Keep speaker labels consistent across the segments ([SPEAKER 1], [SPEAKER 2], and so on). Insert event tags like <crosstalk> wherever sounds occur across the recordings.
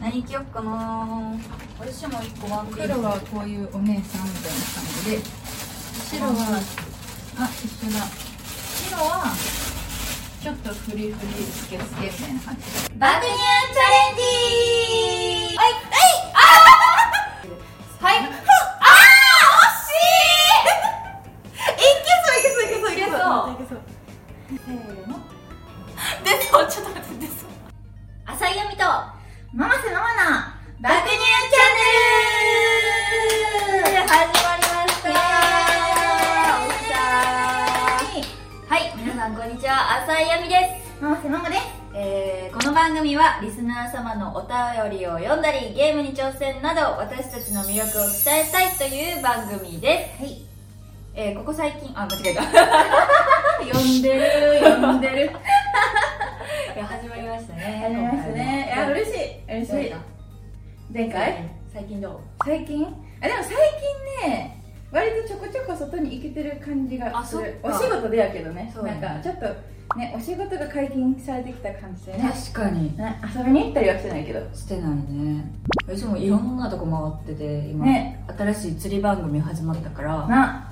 [SPEAKER 1] 何着よっかな私も一個ワンピース
[SPEAKER 2] 黒はこういうお姉さんみたいな感じで白はあ一緒だ白はちょっとフリフリスケスケみたいな感じ
[SPEAKER 1] バグニューチャレンジはいはいあーはいあー惜 <laughs> しいいけそういけそういけそういけそう
[SPEAKER 3] いけそう
[SPEAKER 1] せーの
[SPEAKER 3] 出そうちょっと待って出そう
[SPEAKER 1] 浅井亜美とママセママナ爆乳チャンネル始まりましたおっしゃーはい皆さんこんにちは浅井亜美ですママセママです、えーこの番組はリスナー様のお便りを読んだりゲームに挑戦など私たちの魅力を伝えたいという番組ですはいえーここ最近あ間違えた <laughs> 呼んでる呼んでるいや始まりましたね
[SPEAKER 3] ありますねいや嬉しい
[SPEAKER 1] どう
[SPEAKER 3] 嬉しい
[SPEAKER 1] だ
[SPEAKER 3] 前回
[SPEAKER 1] 最近どう
[SPEAKER 3] 最近あでも最近ね割とちょこちょこ外に行けてる感じが
[SPEAKER 1] あ
[SPEAKER 3] する
[SPEAKER 1] そっ
[SPEAKER 3] お
[SPEAKER 1] か
[SPEAKER 3] 仕事でやけどね
[SPEAKER 1] そう
[SPEAKER 3] な
[SPEAKER 1] や
[SPEAKER 3] ん
[SPEAKER 1] ね
[SPEAKER 3] かちょっとねお仕事が解禁されてきた感じでね
[SPEAKER 1] 確かに
[SPEAKER 3] ね遊びに行ったりはしてないけど
[SPEAKER 1] してないね私もいろんなとこ回ってて今、
[SPEAKER 3] ね
[SPEAKER 1] 新しい釣り番組始まったから、
[SPEAKER 3] な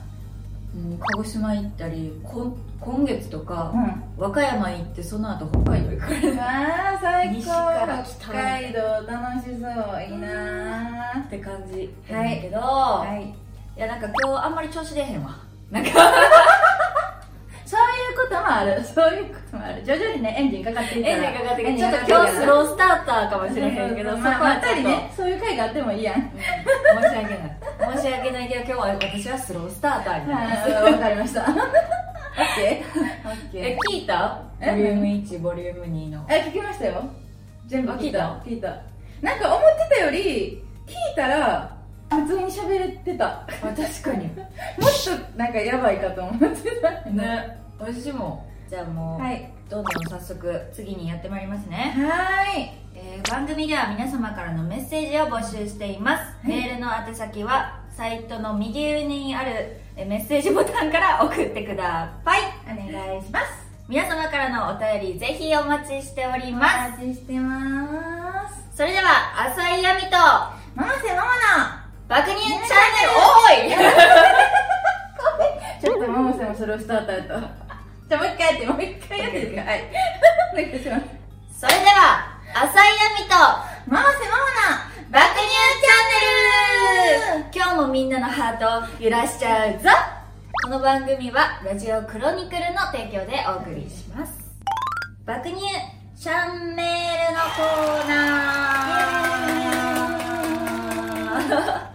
[SPEAKER 1] うん、鹿児島行ったりこん今月とか
[SPEAKER 3] うん
[SPEAKER 1] 和歌山行ってその後北海道行くから
[SPEAKER 3] わあ最高
[SPEAKER 1] 西から北
[SPEAKER 3] 北海道楽しそういいなー
[SPEAKER 1] って感じ
[SPEAKER 3] は
[SPEAKER 1] はいいけど、
[SPEAKER 3] はい
[SPEAKER 1] い、やなんか今日あんまり調子出へんわなんか
[SPEAKER 3] そういうこともあるそういうこともある徐々にねエンジンかかって
[SPEAKER 1] <laughs>
[SPEAKER 3] い
[SPEAKER 1] エンジンかかってきてち
[SPEAKER 3] ち
[SPEAKER 1] ょ
[SPEAKER 3] ょ
[SPEAKER 1] っと今日
[SPEAKER 3] っと今日
[SPEAKER 1] ス
[SPEAKER 3] ス
[SPEAKER 1] ロ
[SPEAKER 3] ロ
[SPEAKER 1] ースターターかも
[SPEAKER 3] ー
[SPEAKER 1] しれへんけどそこ
[SPEAKER 3] まあま
[SPEAKER 1] は
[SPEAKER 3] っ
[SPEAKER 1] ちょ
[SPEAKER 3] た
[SPEAKER 1] っと、
[SPEAKER 3] りねそういう会があってもいいやん
[SPEAKER 1] うん申し訳ない申し訳ないけど今日は私はスロースターターになります
[SPEAKER 3] はい、わかりました。オッケー。オッ
[SPEAKER 1] え
[SPEAKER 3] ケ
[SPEAKER 1] 聞いたボ
[SPEAKER 3] え
[SPEAKER 1] リューム1ボリューム2の
[SPEAKER 3] ー。え、聞きましたよ。全部聞いた
[SPEAKER 1] あ。
[SPEAKER 3] 聞いた。なんか思ってたより、聞いたら、普通に喋れてた。
[SPEAKER 1] 確かに
[SPEAKER 3] もっとなんかやばいかと思ってた。
[SPEAKER 1] ね私もじゃあもう、
[SPEAKER 3] はい。
[SPEAKER 1] どんどん早速次にやってまいりますね、
[SPEAKER 3] はーい。
[SPEAKER 1] えー番組では皆様からのメッセージを募集しています、
[SPEAKER 3] い
[SPEAKER 1] メールの宛先はサイトの右上にあるえーメッセージボタンから送ってください
[SPEAKER 3] お願いします。
[SPEAKER 1] 皆様からのお便りぜひお待ちしており
[SPEAKER 3] お
[SPEAKER 1] ます
[SPEAKER 3] 待ちしてます。
[SPEAKER 1] それでは浅井亜美と
[SPEAKER 3] ママセママ
[SPEAKER 1] 爆乳チャンネ <laughs> ルおーい
[SPEAKER 3] のちょっとママセもそれをスタートやと。じゃあもう一回やって、もう一回やっていいですか。はい。お願いします。
[SPEAKER 1] それでは浅井亜美と
[SPEAKER 3] ママセママの
[SPEAKER 1] 爆乳チャンネル今日もみんなのハートを揺らしちゃうぞこの番組はラジオクロニクルの提供でお送りします爆乳チャンネルのコーナーっ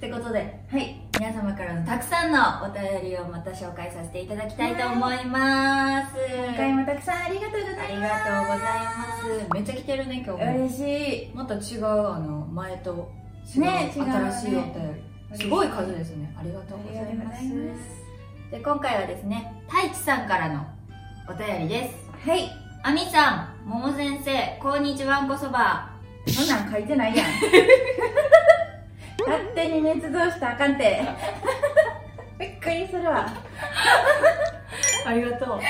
[SPEAKER 1] てことで
[SPEAKER 3] はい。
[SPEAKER 1] 皆様からのたくさんのお便りをまた紹介させていただきたいと思います、
[SPEAKER 3] 今回もたくさんありがとうご
[SPEAKER 1] あ
[SPEAKER 3] ざい
[SPEAKER 1] り
[SPEAKER 3] ます。
[SPEAKER 1] がとうございますめっちゃ来てるね今日も
[SPEAKER 3] 嬉しい。
[SPEAKER 1] また違うあの前と違う,、
[SPEAKER 3] ね違うね
[SPEAKER 1] 新しいお便りすごい数ですねありがとうございますで今回はですね太一さんからのお便りです
[SPEAKER 3] はい。
[SPEAKER 1] あみさん桃先生こんにちはんこそ
[SPEAKER 3] <laughs>
[SPEAKER 1] ば
[SPEAKER 3] そんなん書いて <laughs> ないやん。勝手に捏造したらあかんて。びっくりするわ。
[SPEAKER 1] ありがとう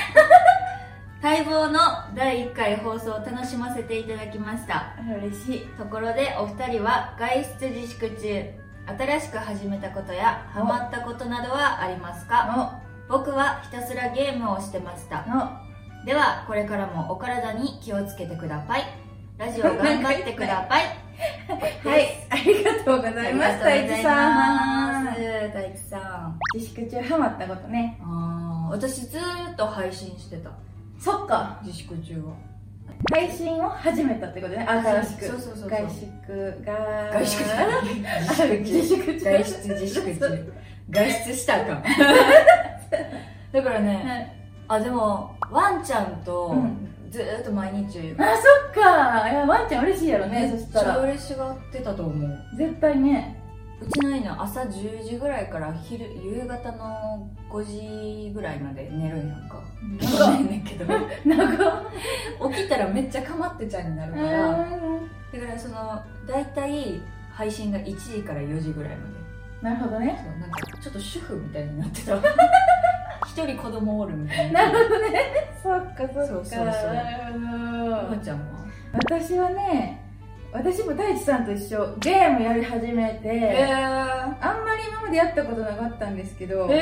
[SPEAKER 1] 待望の第1回放送を楽しませていただきました
[SPEAKER 3] 嬉しい。
[SPEAKER 1] ところでお二人は外出自粛中新しく始めたことやハマったことなどはありますか
[SPEAKER 3] あ
[SPEAKER 1] 僕はひたすらゲームをしてました
[SPEAKER 3] の、の、
[SPEAKER 1] ではこれからもお体に気をつけてくださいラジオ頑張ってください
[SPEAKER 3] <laughs> はい。ありがとうございます。
[SPEAKER 1] あ
[SPEAKER 3] 太
[SPEAKER 1] りがとうご
[SPEAKER 3] 一
[SPEAKER 1] ざい
[SPEAKER 3] さん
[SPEAKER 1] ま。す大地さん
[SPEAKER 3] 自粛中ハマったことね。
[SPEAKER 1] あー私ずーっと配信してた
[SPEAKER 3] そっか。
[SPEAKER 1] 自粛中は
[SPEAKER 3] 配信を始めたってことね。新しく。
[SPEAKER 1] そうそうそうそう
[SPEAKER 3] 外宿が。
[SPEAKER 1] 外出
[SPEAKER 3] が。自粛中。
[SPEAKER 1] 外出自
[SPEAKER 3] <laughs>
[SPEAKER 1] 粛中外出したらあかん <laughs> だからね
[SPEAKER 3] は
[SPEAKER 1] あ
[SPEAKER 3] い
[SPEAKER 1] でもワンちゃんと
[SPEAKER 3] うん
[SPEAKER 1] ずーっと毎日
[SPEAKER 3] あ、そっか。いや、ワンちゃん嬉しいやろね、そ
[SPEAKER 1] めっ
[SPEAKER 3] し
[SPEAKER 1] ち
[SPEAKER 3] た
[SPEAKER 1] ゃ
[SPEAKER 3] ら。
[SPEAKER 1] 嬉しがってたと思う
[SPEAKER 3] 絶対ね。
[SPEAKER 1] うちの犬朝10時ぐらいから昼夕方の5時ぐらいまで寝るんやんか
[SPEAKER 3] 長
[SPEAKER 1] 寝んねんけど
[SPEAKER 3] なんか。
[SPEAKER 1] 起きたらめっちゃかまってちゃんになるからだからその大体配信が1時から4時ぐらいまで
[SPEAKER 3] なるほどね。
[SPEAKER 1] そうなんかちょっと主婦みたいになって <laughs> た一人子供おるみたい
[SPEAKER 3] な
[SPEAKER 1] な
[SPEAKER 3] るほどね。そっかそっか。
[SPEAKER 1] そうそうそう
[SPEAKER 3] なるほ
[SPEAKER 1] も
[SPEAKER 3] ど
[SPEAKER 1] ちゃんは
[SPEAKER 3] 私はね、私も太一さんと一緒ゲームやり始めて、
[SPEAKER 1] え
[SPEAKER 3] あんまり今までやったことなかったんですけど、
[SPEAKER 1] ー、え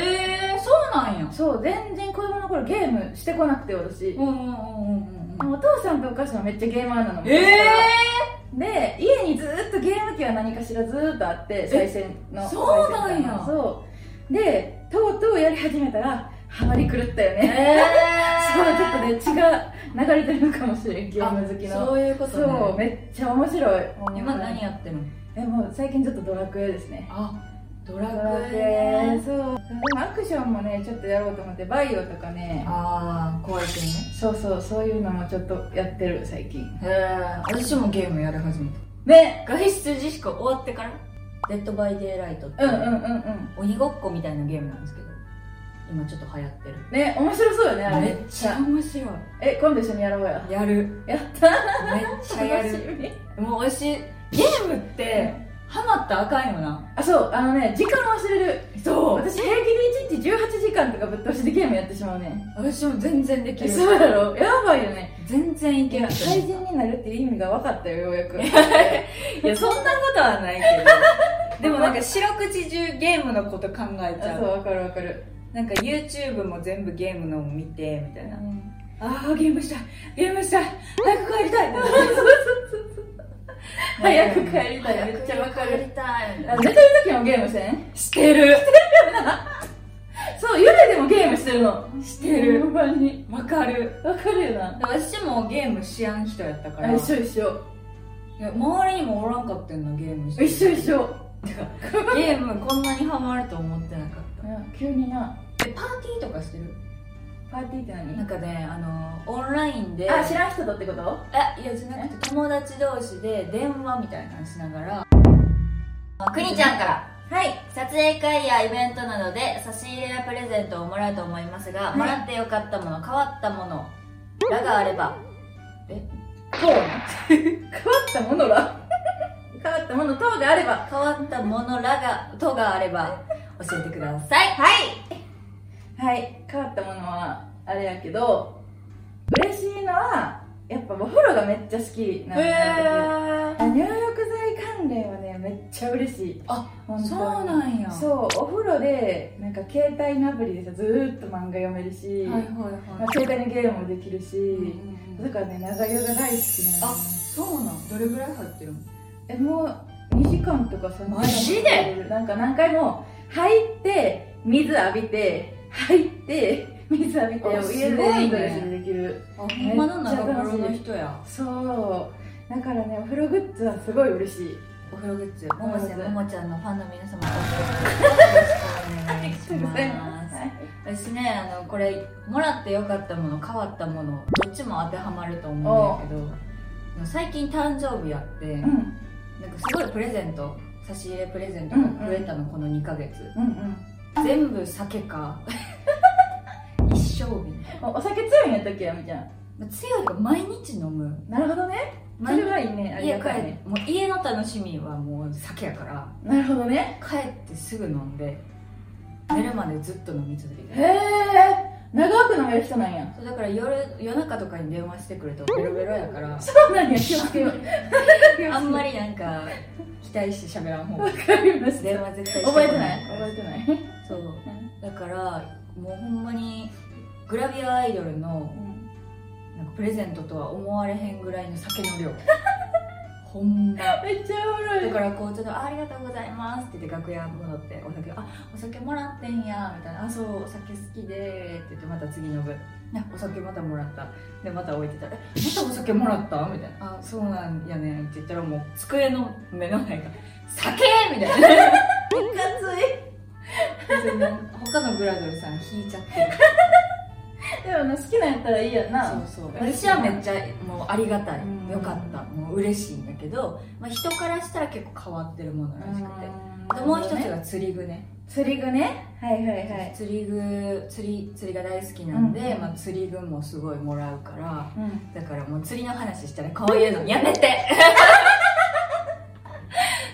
[SPEAKER 1] ー、そうなんや
[SPEAKER 3] そう全然子供の頃ゲームしてこなくて私、
[SPEAKER 1] うんうんうんうんうん
[SPEAKER 3] お父さんとお母さんはめっちゃゲーマーなの
[SPEAKER 1] え <laughs>
[SPEAKER 3] で家にずっとゲーム機は何かしらずっとあって最先の
[SPEAKER 1] そうなんや
[SPEAKER 3] そうでとうとうやり始めたらハマり狂ったよ
[SPEAKER 1] ー、
[SPEAKER 3] ね、
[SPEAKER 1] え
[SPEAKER 3] そうちょっとね血が流れてるのかもしれんゲーム好き
[SPEAKER 1] あ
[SPEAKER 3] の
[SPEAKER 1] そういうこと、ね、
[SPEAKER 3] そうめっちゃ面白い
[SPEAKER 1] 今何やってんの
[SPEAKER 3] えもう最近ちょっとドラクエですね
[SPEAKER 1] あドラ
[SPEAKER 3] ド
[SPEAKER 1] ク
[SPEAKER 3] ラク
[SPEAKER 1] エ
[SPEAKER 3] エそうでもアクションもねちょっとやろうと思ってバイオとかね
[SPEAKER 1] ああ怖い系ね
[SPEAKER 3] そうそうそういうのもちょっとやってる最近
[SPEAKER 1] へえ私もゲームやり始めた
[SPEAKER 3] ね
[SPEAKER 1] 外出自粛終わってからデッドバイデイライトって、
[SPEAKER 3] うんうんうんうん
[SPEAKER 1] 鬼ごっこみたいなゲームなんですけど今ちょっと流行ってる
[SPEAKER 3] ね面白そうよねあれ
[SPEAKER 1] めっちゃ面白い
[SPEAKER 3] え今度一緒にやろうや
[SPEAKER 1] やる
[SPEAKER 3] やった
[SPEAKER 1] めっちゃやる
[SPEAKER 3] み
[SPEAKER 1] もう私ゲームってハマったらあかんよな
[SPEAKER 3] あそうあのね時間忘れる
[SPEAKER 1] そ
[SPEAKER 3] 私平気で1日18時間とかぶっ通しでゲームやってしまうね
[SPEAKER 1] 私も全然でき
[SPEAKER 3] え
[SPEAKER 1] る
[SPEAKER 3] そうやろやばいよね
[SPEAKER 1] 全然いけない
[SPEAKER 3] 怪人になるっていう意味が分かったよようや
[SPEAKER 1] <laughs>
[SPEAKER 3] く
[SPEAKER 1] いやそんなことはないけど
[SPEAKER 3] <laughs>
[SPEAKER 1] でもなんか四六時中ゲームのこと考えち
[SPEAKER 3] あ
[SPEAKER 1] ゃ
[SPEAKER 3] そう
[SPEAKER 1] う
[SPEAKER 3] 分かる分かる
[SPEAKER 1] なんか YouTube も全部ゲームのを見てみたいな
[SPEAKER 3] ああゲームしたいゲームしたい
[SPEAKER 1] 早く帰りた <laughs> い
[SPEAKER 3] 早く帰りたい
[SPEAKER 1] めっちゃわかる帰りたい
[SPEAKER 3] あ寝てる時もゲームしてん
[SPEAKER 1] してる
[SPEAKER 3] そう幽霊でもゲームしてるの
[SPEAKER 1] してる
[SPEAKER 3] ほんまに
[SPEAKER 1] わかる
[SPEAKER 3] 分かるよな
[SPEAKER 1] 私もゲームしやん人やったか
[SPEAKER 3] あ
[SPEAKER 1] ら
[SPEAKER 3] 一緒一緒
[SPEAKER 1] いや周りにもおらんかったんのゲームして
[SPEAKER 3] 一緒一緒
[SPEAKER 1] ゲームこんなにハマると思ってなかっ
[SPEAKER 3] うん急にな
[SPEAKER 1] たえパーティーとかしてる
[SPEAKER 3] パーティーって何
[SPEAKER 1] なんかねあのオンラインで
[SPEAKER 3] あ知らん人とってこと
[SPEAKER 1] あいやじゃなくて友達同士で電話みたいなのしながらくにちゃんからはい撮影会やイベントなどで差し入れやプレゼントをもらうと思いますが、
[SPEAKER 3] い
[SPEAKER 1] もらってよかったもの変わったものらがあれば
[SPEAKER 3] こう <laughs> 変わったものら変わったもの等があれば
[SPEAKER 1] 変わったものらがとがあれば教えてくださいはい
[SPEAKER 3] はい変わったものはあれやけど嬉しいのはやっぱお風呂がめっちゃ好きなんだ
[SPEAKER 1] へ
[SPEAKER 3] けど入浴剤関連はねめっちゃ嬉しい
[SPEAKER 1] あ
[SPEAKER 3] 本当に
[SPEAKER 1] そうなんや
[SPEAKER 3] そうお風呂でなんか携帯のアプリでさずーっと漫画読めるし、
[SPEAKER 1] はいはい
[SPEAKER 3] ま
[SPEAKER 1] は
[SPEAKER 3] あ、携帯にゲームもできるし、
[SPEAKER 1] い、うんうんうん
[SPEAKER 3] だからね長湯が大好きなの
[SPEAKER 1] あそうなんどれぐらい入ってるの
[SPEAKER 3] えもう2時間とか3時間
[SPEAKER 1] マジで
[SPEAKER 3] なんか何回も入って水浴びて入って <laughs> 水浴びて
[SPEAKER 1] あすごいね
[SPEAKER 3] 家でエンドレスでできる
[SPEAKER 1] あほんまの長風呂
[SPEAKER 3] めっちゃ楽
[SPEAKER 1] の
[SPEAKER 3] しい
[SPEAKER 1] 人や
[SPEAKER 3] そうだからねお風呂グッズはすごい嬉しい
[SPEAKER 1] お風呂グッズ
[SPEAKER 3] ももちゃん
[SPEAKER 1] ももちゃんのファンの皆様よろしくお願いします
[SPEAKER 3] はい
[SPEAKER 1] 私ねあのこれもらってよかったもの変わったものどっちも当てはまると思うんだけどでも最近誕生日やって、な
[SPEAKER 3] う
[SPEAKER 1] んか
[SPEAKER 3] ん
[SPEAKER 1] すごいプレゼント差し入れプレゼントが増えたの、この2ヶ月
[SPEAKER 3] うんうん
[SPEAKER 1] 全部酒か <laughs> 一生日
[SPEAKER 3] おお酒強いんやったっけやみちゃん
[SPEAKER 1] 強いが毎日飲む
[SPEAKER 3] なるほどねそ
[SPEAKER 1] 毎
[SPEAKER 3] れ
[SPEAKER 1] 日
[SPEAKER 3] はいいねあり
[SPEAKER 1] 家
[SPEAKER 3] が
[SPEAKER 1] 帰
[SPEAKER 3] たい
[SPEAKER 1] る
[SPEAKER 3] ね
[SPEAKER 1] もう家の楽しみはもう酒やから
[SPEAKER 3] なるほどね
[SPEAKER 1] 帰ってすぐ飲んで寝るまでずっと飲み続けてる
[SPEAKER 3] へえ長く飲める人なんや
[SPEAKER 1] そうだから夜夜中とかに電話してくる
[SPEAKER 3] <laughs>
[SPEAKER 1] とベロベロやから
[SPEAKER 3] そうなんや気をつけよう
[SPEAKER 1] あんま
[SPEAKER 3] り
[SPEAKER 1] りなんか期待して喋らん
[SPEAKER 3] <laughs>
[SPEAKER 1] 方が
[SPEAKER 3] わかりました
[SPEAKER 1] 電話絶対して
[SPEAKER 3] 覚えてない覚えてない
[SPEAKER 1] そうだからもうほんまにグラビアアイドルのなんかプレゼントとは思われへんぐらいの酒の
[SPEAKER 3] <laughs>
[SPEAKER 1] 量ほんま
[SPEAKER 3] めっちゃおもろい
[SPEAKER 1] だからこうちょっとあ「ありがとうございます」って言って楽屋戻ってお酒「あお酒もらってんや」みたいな「あそうお酒好きで」って言ってまた次の分「ねお酒またもらった」でまた置いてたら「えまたお酒もらった?」みたいな「あそうなんやねん」って言ったらもう机の目の前が「酒!」みたいな
[SPEAKER 3] いかつい
[SPEAKER 1] その <laughs> 他のグラドルさん引いちゃってる
[SPEAKER 3] でもな好きなんやったらいいやんな
[SPEAKER 1] そうそう
[SPEAKER 3] 嬉し
[SPEAKER 1] 私
[SPEAKER 3] いな
[SPEAKER 1] はめっちゃもうありがたい
[SPEAKER 3] うん
[SPEAKER 1] よかったもう嬉しいんだけど、まあ、人からしたら結構変わってるものらしくてでもう一つが釣り具ね
[SPEAKER 3] 釣り具ねはいはいはい
[SPEAKER 1] 釣り具釣り釣りが大好きなんで、
[SPEAKER 3] うん
[SPEAKER 1] まあ、釣り具もすごいもらうから
[SPEAKER 3] うん
[SPEAKER 1] だからもう釣りの話したらこういうのやめ
[SPEAKER 3] <laughs>
[SPEAKER 1] て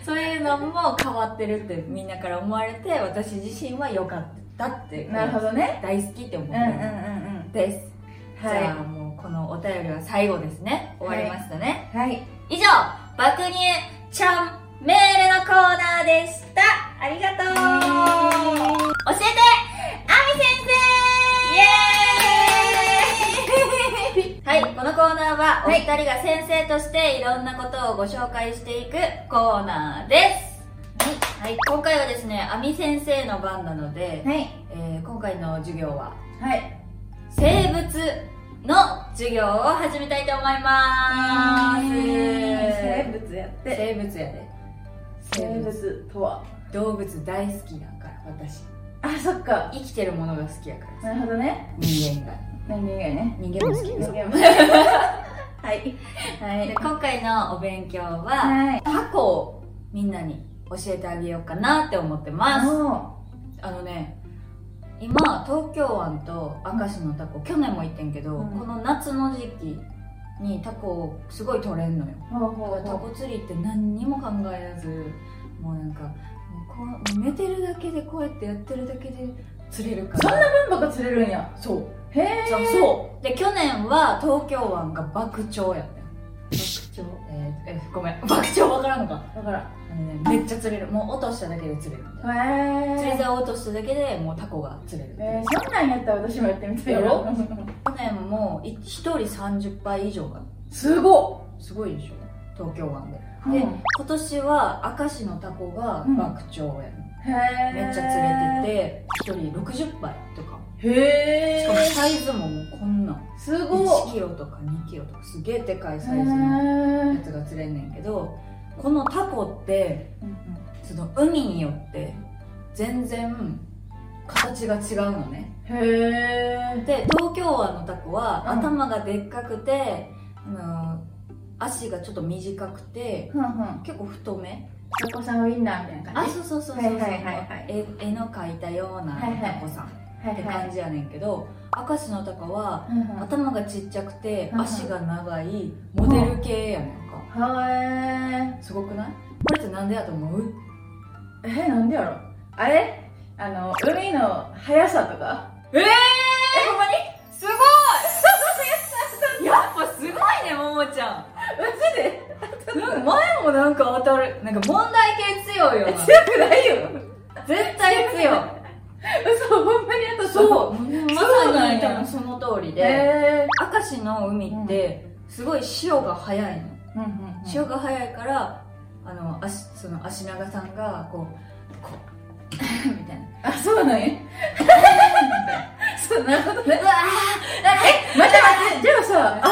[SPEAKER 1] そういうのも変わってるってみんなから思われて私自身は良かったって
[SPEAKER 3] なるほどね
[SPEAKER 1] 大好きって思っ
[SPEAKER 3] う
[SPEAKER 1] て
[SPEAKER 3] んうんうん
[SPEAKER 1] る
[SPEAKER 3] うん
[SPEAKER 1] です、
[SPEAKER 3] は
[SPEAKER 1] じゃあもうこのお便りは最後ですね終わりましたね、
[SPEAKER 3] いはい
[SPEAKER 1] 以上爆乳ちゃんメールのコーナーでしたありがとう教えてあみ先生イエーイはい、このコーナーはお二人が先生としていろんなことをご紹介していくコーナーですはい、今回はですね、あみ先生の番なので、
[SPEAKER 3] はい。
[SPEAKER 1] えー今回の授業は
[SPEAKER 3] はい。
[SPEAKER 1] 生物の授業を始めたいと思いま
[SPEAKER 3] 生
[SPEAKER 1] ーす
[SPEAKER 3] 物やって。
[SPEAKER 1] 生物やで
[SPEAKER 3] 生物とは。
[SPEAKER 1] 動物大好きだから私
[SPEAKER 3] あ、そっか。
[SPEAKER 1] 生きてるものが好きやから
[SPEAKER 3] なるほどね。
[SPEAKER 1] 人間が
[SPEAKER 3] 何人以外ね。
[SPEAKER 1] 人間も好き
[SPEAKER 3] 人
[SPEAKER 1] よ
[SPEAKER 3] 間もはい。
[SPEAKER 1] はいで今回のお勉強は
[SPEAKER 3] はい。
[SPEAKER 1] 過去をみんなに教えてあげようかなって思ってます
[SPEAKER 3] も
[SPEAKER 1] あのね今東京湾と明石のタコ、去年も行ってんけど、
[SPEAKER 3] うん
[SPEAKER 1] この夏の時期にタコすごい取れんのよ
[SPEAKER 3] う、ほうほう
[SPEAKER 1] タコ釣りって何にも考えらずもうなんかもうこう寝てるだけでこうやってやってるだけで釣れるから
[SPEAKER 3] そんな分ばっか釣れるんや。
[SPEAKER 1] そう
[SPEAKER 3] へえ。
[SPEAKER 1] そうそうで去年は東京湾が爆鳥やったよ
[SPEAKER 3] ちょっ
[SPEAKER 1] えーえごめん <laughs> 爆鳥わからんのか
[SPEAKER 3] とだから。
[SPEAKER 1] あの、ね、めっちゃ釣れるもう落としただけで釣れるみたいな
[SPEAKER 3] へえ。
[SPEAKER 1] 釣り竿を落としただけでもうタコが釣れるっていう
[SPEAKER 3] えー、そんなんやったら私もやってみたい
[SPEAKER 1] やろ
[SPEAKER 3] な
[SPEAKER 1] 去年もい一人30杯以上が
[SPEAKER 3] すご
[SPEAKER 1] すごいでしょ東京湾で、
[SPEAKER 3] っ
[SPEAKER 1] で
[SPEAKER 3] へ
[SPEAKER 1] 今年は明石のタコが爆鳥やの
[SPEAKER 3] え
[SPEAKER 1] めっちゃ釣れてて1人60杯とか
[SPEAKER 3] てへ
[SPEAKER 1] しかも
[SPEAKER 3] え
[SPEAKER 1] サイズももうこんなん
[SPEAKER 3] すご
[SPEAKER 1] 1
[SPEAKER 3] っ
[SPEAKER 1] キロとか2キロとかすげえでかい
[SPEAKER 3] へ
[SPEAKER 1] サイズのや
[SPEAKER 3] ー
[SPEAKER 1] つが釣れんねんけどこのタコってその海によって全然形が違うのね
[SPEAKER 3] へえ
[SPEAKER 1] で東京湾のタコは
[SPEAKER 3] うん
[SPEAKER 1] 頭がでっかくて、あの足がちょっと短くて
[SPEAKER 3] ふんふん
[SPEAKER 1] 結構太め
[SPEAKER 3] タコさんウインナーみたいな
[SPEAKER 1] あ
[SPEAKER 3] 感じ
[SPEAKER 1] そうそうそうそうそう、
[SPEAKER 3] はいはいはいはい
[SPEAKER 1] 絵絵の描いたようなタコさん
[SPEAKER 3] は
[SPEAKER 1] って
[SPEAKER 3] いはい
[SPEAKER 1] 感じやねんけど、明石のタカは
[SPEAKER 3] うんうん
[SPEAKER 1] 頭がちっちゃくて
[SPEAKER 3] うんうん
[SPEAKER 1] 足が長いモデル系やねんか
[SPEAKER 3] は
[SPEAKER 1] すごくないこれってなんでやと思う
[SPEAKER 3] ーいえなんでやろあれあの海の速さとか
[SPEAKER 1] ええ
[SPEAKER 3] えほんまに
[SPEAKER 1] すごいやっぱすごいねももちゃ
[SPEAKER 3] マジで
[SPEAKER 1] んなんか前もなんか当たるなんか問題系強いよな絶
[SPEAKER 3] 強くないよ
[SPEAKER 1] 対強い
[SPEAKER 3] 嘘ほんまにやった
[SPEAKER 1] そうま
[SPEAKER 3] そうな
[SPEAKER 1] さ
[SPEAKER 3] ん
[SPEAKER 1] に
[SPEAKER 3] や
[SPEAKER 1] 多分その通り
[SPEAKER 3] へ
[SPEAKER 1] で
[SPEAKER 3] え
[SPEAKER 1] 明石の海ってすごい潮が速いの
[SPEAKER 3] うんうんうん
[SPEAKER 1] 潮が速いからあの足その足長さんがこうこう <laughs> みたいな
[SPEAKER 3] あそうなん
[SPEAKER 1] <laughs>
[SPEAKER 3] やそうなるほどね
[SPEAKER 1] うわ
[SPEAKER 3] 待って待ってでもさ頭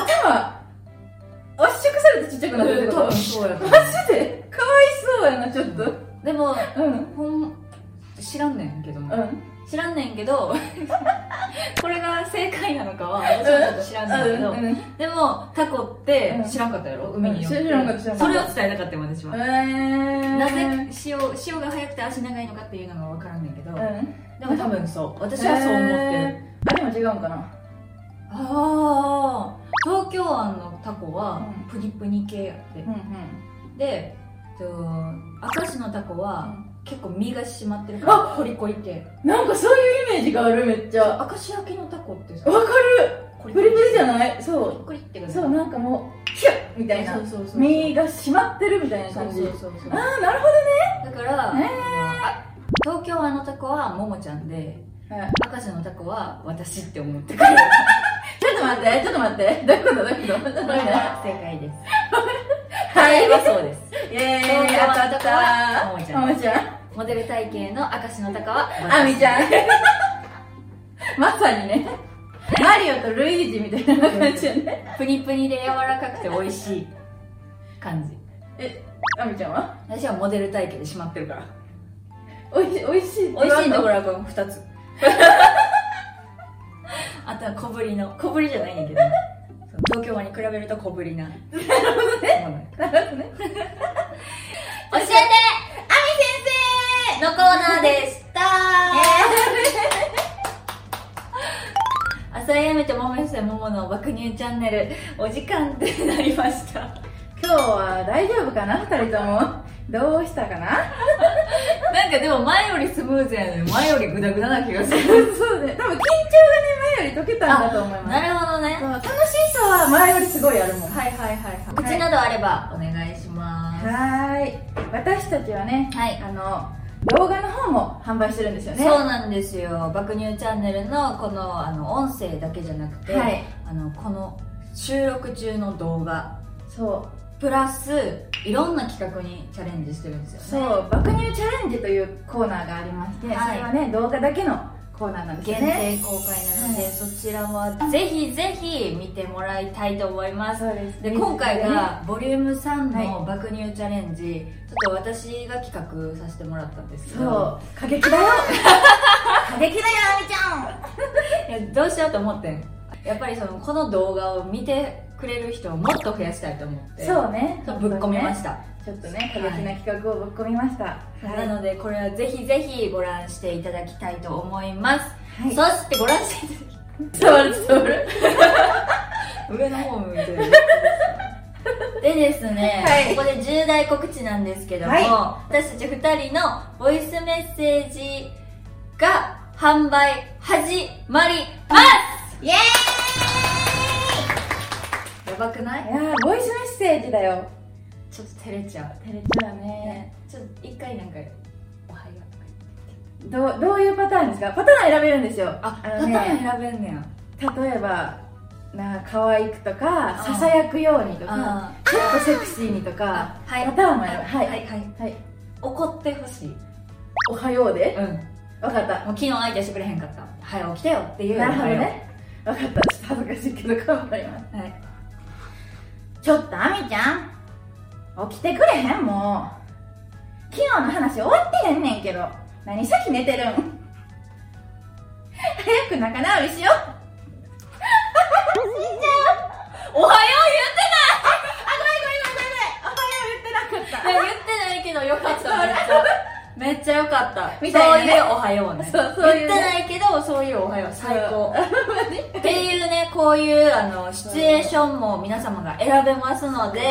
[SPEAKER 3] 圧縮されてちっちゃくなってるってこ
[SPEAKER 1] <laughs> 多
[SPEAKER 3] と
[SPEAKER 1] 分そうやと
[SPEAKER 3] マ
[SPEAKER 1] 思
[SPEAKER 3] ジでかわいそうやなちょっと
[SPEAKER 1] <laughs> うでも
[SPEAKER 3] うん
[SPEAKER 1] ほん知らんねんけど
[SPEAKER 3] う
[SPEAKER 1] な、
[SPEAKER 3] ん
[SPEAKER 1] 知らんねんけ
[SPEAKER 3] <laughs>
[SPEAKER 1] どこれが正解なのかは私はちょっと知らんねんけど、
[SPEAKER 3] うんうん
[SPEAKER 1] でもタコって知らんかったやろ、海によって
[SPEAKER 3] 知らんかった知らんか
[SPEAKER 1] そ
[SPEAKER 3] った
[SPEAKER 1] れを伝えなかったよ私は、なぜ潮潮が速くて足長いのかっていうのが分からんねんけど、
[SPEAKER 3] うん
[SPEAKER 1] でも多分そう私はそう思ってる
[SPEAKER 3] あでも違うんかな
[SPEAKER 1] ああ東京湾のタコは
[SPEAKER 3] うん
[SPEAKER 1] プニプニ系やって、
[SPEAKER 3] ん
[SPEAKER 1] でえっと明石のタコ
[SPEAKER 3] う
[SPEAKER 1] は
[SPEAKER 3] ん
[SPEAKER 1] 結構身が締まってるから
[SPEAKER 3] あ
[SPEAKER 1] コリコリ系
[SPEAKER 3] なんかそういうイメージがあるめっちゃわ
[SPEAKER 1] 明石焼きのタコってさ
[SPEAKER 3] かる
[SPEAKER 1] コ
[SPEAKER 3] プリプリじゃ
[SPEAKER 1] ない
[SPEAKER 3] ない
[SPEAKER 1] コリ
[SPEAKER 3] そ
[SPEAKER 1] コリって
[SPEAKER 3] う
[SPEAKER 1] 感じ
[SPEAKER 3] そうなんかもうキュッみたいな
[SPEAKER 1] そうそうそう
[SPEAKER 3] 身が締まってるみたいな
[SPEAKER 1] そう
[SPEAKER 3] 感
[SPEAKER 1] そ
[SPEAKER 3] じ
[SPEAKER 1] うそうそう
[SPEAKER 3] ああなるほ
[SPEAKER 1] だから、
[SPEAKER 3] ね
[SPEAKER 1] あ東京湾のタコはももちゃんで
[SPEAKER 3] どはい
[SPEAKER 1] 明石のタコは私って思ってくれる
[SPEAKER 3] ちょっと待ってちょっと待ってどういうことどういうことちょっと
[SPEAKER 1] こ
[SPEAKER 3] 待
[SPEAKER 1] れ
[SPEAKER 3] って
[SPEAKER 1] が正解です
[SPEAKER 3] は
[SPEAKER 1] 正解
[SPEAKER 3] い
[SPEAKER 1] はそうです
[SPEAKER 3] イエーイ当たった
[SPEAKER 1] ももちゃん
[SPEAKER 3] ももちゃん
[SPEAKER 1] モデル体型の明石のタカは私
[SPEAKER 3] あみちゃんまさにねマリオとルイージみたいな感じよね
[SPEAKER 1] プニプニで柔らかくて美味しい感じ
[SPEAKER 3] あみちゃんは
[SPEAKER 1] 私はモデル体型でしまってるから
[SPEAKER 3] おいしいおいしい
[SPEAKER 1] 美味しいところ
[SPEAKER 3] ろ
[SPEAKER 1] はこの2つあとは小ぶりの小ぶりじゃないんやけどその東京湾に比べると小ぶりななるほどね
[SPEAKER 3] なるほどね
[SPEAKER 1] 教えてあみ先生のコーナーでした朝やめてもめせももの爆乳チャンネルお時間ってなりました
[SPEAKER 3] 今日は大丈夫かな二人ともどうしたかな
[SPEAKER 1] なんかでも前よりスムーズやねん前よりグダグダな気がする
[SPEAKER 3] そうね多分緊張がね前より解けたんだと思います
[SPEAKER 1] なるほどね
[SPEAKER 3] そう楽しさは前よりすごいあるもん
[SPEAKER 1] はいはいはい告知などあればお願いします
[SPEAKER 3] はーい私たちはね
[SPEAKER 1] はい
[SPEAKER 3] あの動画の方も販売してるんですよね
[SPEAKER 1] そうなんですよ「爆乳チャンネルの」このあの音声だけじゃなくて、
[SPEAKER 3] はい
[SPEAKER 1] あのこの収録中の動画
[SPEAKER 3] そう
[SPEAKER 1] プラスいろんな企画にチャレンジしてるんです
[SPEAKER 3] そ
[SPEAKER 1] よね
[SPEAKER 3] う爆乳チャレンジというコーナーがありまして、
[SPEAKER 1] はい
[SPEAKER 3] それはね動画だけのコーナーなんですよ
[SPEAKER 1] 限定
[SPEAKER 3] ね
[SPEAKER 1] 公開なので、そちらはぜひぜひ見てもらいたいと思います
[SPEAKER 3] そうです
[SPEAKER 1] で
[SPEAKER 3] ね
[SPEAKER 1] 今回がボリューム3
[SPEAKER 3] は
[SPEAKER 1] の爆乳チャレンジ、ちょっと私が企画させてもらったんですけ
[SPEAKER 3] そ
[SPEAKER 1] ど
[SPEAKER 3] う過激だよ <laughs> 過激だよあみちゃん
[SPEAKER 1] いやどうしようと思ってんやっぱりそのこの動画を見てくれる人をもっと増やしたいと思って
[SPEAKER 3] そうね
[SPEAKER 1] ちょっとぶっ込みましたた、
[SPEAKER 3] ちょっとね過激な企画をぶっ込みましたはい、
[SPEAKER 1] なのでこれはぜひぜひご覧していただきたいと思います、
[SPEAKER 3] はい
[SPEAKER 1] そしてご覧していただき
[SPEAKER 3] 伝わる伝わる
[SPEAKER 1] 上の方向いて
[SPEAKER 3] <laughs>
[SPEAKER 1] るでですね、
[SPEAKER 3] はい
[SPEAKER 1] ここで重大告知なんですけども、
[SPEAKER 3] はい
[SPEAKER 1] 私たち2人のボイスメッセージが販売始まりますイエーイやばくない
[SPEAKER 3] いやーボイスメッセージだよ
[SPEAKER 1] ちょっと照れちゃ
[SPEAKER 3] 照れちゃう
[SPEAKER 1] う、
[SPEAKER 3] ね
[SPEAKER 1] ね、ちょっと一回なんかおはようとか
[SPEAKER 3] どうどういうパターンですかパターン選べるんですよ
[SPEAKER 1] 言って
[SPEAKER 3] のね
[SPEAKER 1] パターン選べんねや
[SPEAKER 3] 例えばな可愛くとか
[SPEAKER 1] うん
[SPEAKER 3] ささやくようにとか
[SPEAKER 1] あ
[SPEAKER 3] ちょっとセクシーにとか
[SPEAKER 1] は
[SPEAKER 3] パターンも選
[SPEAKER 1] は
[SPEAKER 3] べはいい
[SPEAKER 1] はいはい
[SPEAKER 3] はい
[SPEAKER 1] 怒ってほしい
[SPEAKER 3] おはようで
[SPEAKER 1] うん
[SPEAKER 3] わかった
[SPEAKER 1] もう昨日相手してくれへんかった早起きてよっていう
[SPEAKER 3] なるほどねわかったちょっと恥ずかしいけど頑張ります
[SPEAKER 1] はい
[SPEAKER 3] ちょっとあみちゃん起きてくれへんもう昨日の話終わってへんねんけど何先寝てるん早く仲直りしよう
[SPEAKER 1] おはよ
[SPEAKER 3] おはよう言ってなかっ
[SPEAKER 1] う言ってない言ってないけどよかっためっちゃ
[SPEAKER 3] <laughs>
[SPEAKER 1] めっちゃよかった
[SPEAKER 3] みたいなね
[SPEAKER 1] そういうおはようね
[SPEAKER 3] そうそうい
[SPEAKER 1] 言っ
[SPEAKER 3] うね
[SPEAKER 1] てないけどそういうおはよう最高
[SPEAKER 3] <laughs>
[SPEAKER 1] っていうねこういうあのシチュエーションも皆様が選べますので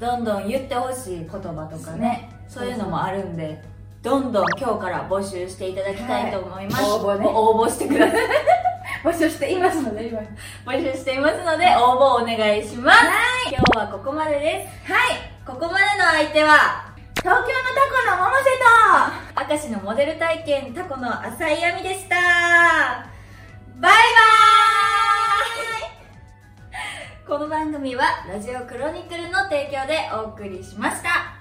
[SPEAKER 1] どんどん言ってほしい言葉とかねそういうのもあるんでどんどん今日から募集していただきたいと思います、
[SPEAKER 3] はい応募ね
[SPEAKER 1] 応募してください
[SPEAKER 3] 募集していますので今はい
[SPEAKER 1] 募集していますので応募お願いしますはい今日はここまでですここまでの相手は
[SPEAKER 3] 東京のタコの百瀬と
[SPEAKER 1] 明石のモデル体験タコの浅井亜美でしたバイバーイこの番組はラジオクロニクルの提供でお送りしました